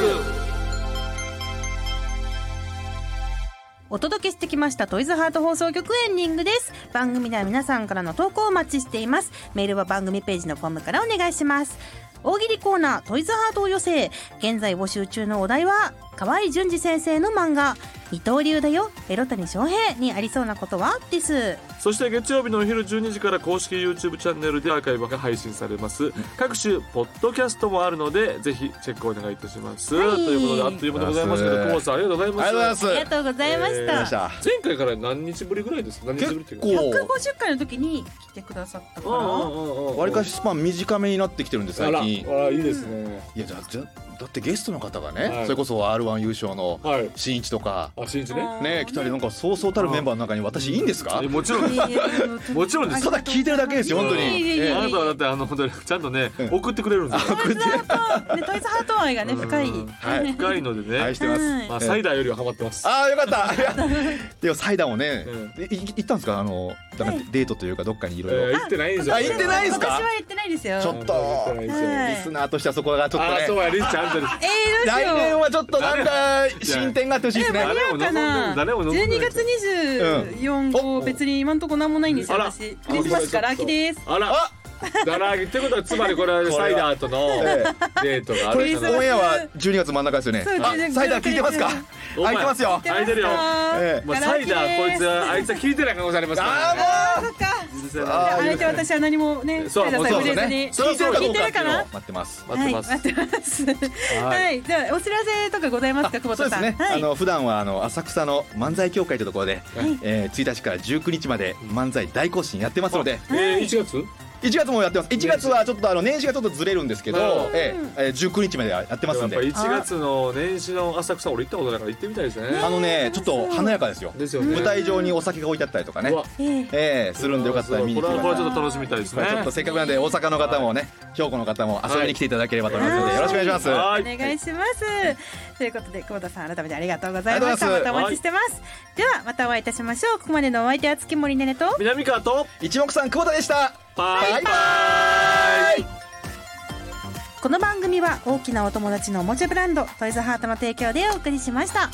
Speaker 5: お届けしてきましたトイズハート放送局エンディングです番組では皆さんからの投稿をお待ちしていますメールは番組ページのフォームからお願いします大喜利コーナートイズハートを寄せ現在募集中のお題は河合淳二先生の漫画二刀流だよエロ谷翔平にありそうなことはです
Speaker 2: そして月曜日のお昼12時から公式 YouTube チャンネルでアーカイブが配信されます各種ポッドキャストもあるのでぜひチェックお願いいたします、
Speaker 5: はい
Speaker 2: ということであっという間でございますけど
Speaker 3: あり
Speaker 2: 久保
Speaker 3: がとうご
Speaker 2: 田さんありがとうござい
Speaker 3: あ
Speaker 2: ます
Speaker 3: りがとうご
Speaker 5: あ
Speaker 3: ざ
Speaker 5: り
Speaker 3: い
Speaker 5: がとうございまし
Speaker 2: え
Speaker 5: た、
Speaker 3: ました
Speaker 2: 前回から何日ぶりぐらいです何日ぶりってい
Speaker 3: 結
Speaker 2: うか
Speaker 3: 構
Speaker 1: 150回の時に来てくださったか
Speaker 2: うん
Speaker 1: ら
Speaker 2: うんうんうん
Speaker 3: わりかしスパン短めになってきてるんです
Speaker 2: あ
Speaker 3: 最
Speaker 2: らあ
Speaker 3: 近
Speaker 2: らいいですね
Speaker 3: いやだだだってゲストの方がね、
Speaker 2: はい
Speaker 3: それこそ r 1優勝の
Speaker 2: はい
Speaker 3: 新一とか
Speaker 2: あ新一ね
Speaker 3: ね来たりなんかそうそうたるメンバーの中に私いいんですか
Speaker 2: えもちろんですもちろんです
Speaker 3: ただ聞いてるだけですよ本当に
Speaker 2: あなたはだってあの本当にちゃんとね
Speaker 3: うん
Speaker 2: 送ってくれるんですよ
Speaker 1: トイズハート、ね、トイズハート愛がね深い
Speaker 2: うん
Speaker 3: はい
Speaker 2: 深いのでね、
Speaker 3: 愛してます、
Speaker 1: はい
Speaker 2: まあ、サイダーよりはハマってます
Speaker 3: ああよかったいや でも祭壇をね、
Speaker 2: う
Speaker 3: えい行ったんですかあのなんかデートというかどっかにい
Speaker 2: え
Speaker 3: ろい
Speaker 2: ー
Speaker 3: ろ
Speaker 2: 行ってないんですよ
Speaker 3: あ行ってないんですか
Speaker 1: 私は言ってないですよ
Speaker 3: ちょっと
Speaker 2: 行ってないんですよ
Speaker 1: はい
Speaker 3: リスナーとしてはそこがちょっと
Speaker 2: あーそう
Speaker 3: ね
Speaker 2: やリスちゃんとです
Speaker 1: えー、どうしよ
Speaker 3: 来
Speaker 1: う
Speaker 3: 年はちょっとなんか進展があってほしいですね
Speaker 2: 誰も望んでない誰も望んでない
Speaker 1: 12月24号、別に今んとこ何もないんですよ
Speaker 2: あら
Speaker 1: 私クリスマスから秋です
Speaker 2: あら
Speaker 3: あ
Speaker 2: だらってことはつまりこれはサイダーとの
Speaker 3: え
Speaker 2: デートがあ
Speaker 3: こ
Speaker 2: る
Speaker 3: れ
Speaker 2: じゃな
Speaker 3: オン
Speaker 2: い
Speaker 3: エアは12月真ん中ですよね
Speaker 1: そう
Speaker 3: あ
Speaker 1: 12
Speaker 3: 祭壇聞いてますか
Speaker 2: お前
Speaker 3: 開いてますよ
Speaker 2: 開いてるよ
Speaker 3: え
Speaker 2: まあサイダーこいつ
Speaker 1: は
Speaker 2: はあいつは聞いてない可能性ありますから
Speaker 3: あ
Speaker 1: そっか
Speaker 2: 実際ね
Speaker 3: あー
Speaker 1: あれで私は何もね
Speaker 2: そ
Speaker 1: サ
Speaker 2: う
Speaker 1: イダーさん
Speaker 3: そ
Speaker 1: 触
Speaker 3: うで
Speaker 1: れ
Speaker 3: す
Speaker 1: ず
Speaker 3: ね
Speaker 1: に
Speaker 3: 聞いてるかどうか
Speaker 1: 聞いてる
Speaker 3: ってい
Speaker 1: か
Speaker 3: うのを
Speaker 1: な
Speaker 3: 待ってます
Speaker 2: 待ってます、
Speaker 1: はい、待ってます。
Speaker 2: は い
Speaker 1: はい、じゃあお知らせとかござい ますか、久保
Speaker 3: そう
Speaker 1: 田
Speaker 3: で
Speaker 1: さ
Speaker 3: す
Speaker 1: ん。
Speaker 3: ね、
Speaker 1: は
Speaker 3: あ
Speaker 1: い。
Speaker 3: の普段はあの浅草の漫才協会というところで、えー1日から19日まで漫才大行進やってますので
Speaker 2: えー1月
Speaker 3: 1月もやってます1月はちょっとあの年始がちょっとずれるんですけど
Speaker 2: なるほど、
Speaker 3: えーえー19日までやってます
Speaker 2: や
Speaker 3: ん
Speaker 2: っぱ
Speaker 3: で
Speaker 2: 1月の年始の浅草俺行ったことないから行ってみたいですね
Speaker 3: あのねちょっと華やかですよ
Speaker 2: ですよね
Speaker 3: 舞台上にお酒が置いてあったりとかね
Speaker 2: うわ
Speaker 3: えーするんでよかったら見に来
Speaker 2: こ
Speaker 3: て
Speaker 2: れ
Speaker 3: く
Speaker 2: は
Speaker 3: だ
Speaker 2: これ
Speaker 3: さ
Speaker 2: はいちょっと楽しみたいですね
Speaker 3: ちょっとせっかくなんで大阪の方もね兵庫の方も遊びに来ていただければと思いますの
Speaker 1: は
Speaker 3: で
Speaker 1: い
Speaker 3: よろしくお願いしますは
Speaker 2: は
Speaker 1: お
Speaker 2: い
Speaker 1: 願いします。ということで、久保田さん、改めてありがとうございました。
Speaker 3: あ
Speaker 1: ま
Speaker 3: り
Speaker 1: た
Speaker 3: がと
Speaker 1: お
Speaker 2: うございます
Speaker 1: 待ちしてます。では、またお会いいたしましょう。ここまでのお相手は月森ねねと。
Speaker 2: 南川と
Speaker 3: い一目散久保田でした
Speaker 2: バイバイ
Speaker 5: この番組は大きなお友達のおもちゃブランドトイズハートの提供でお送りしました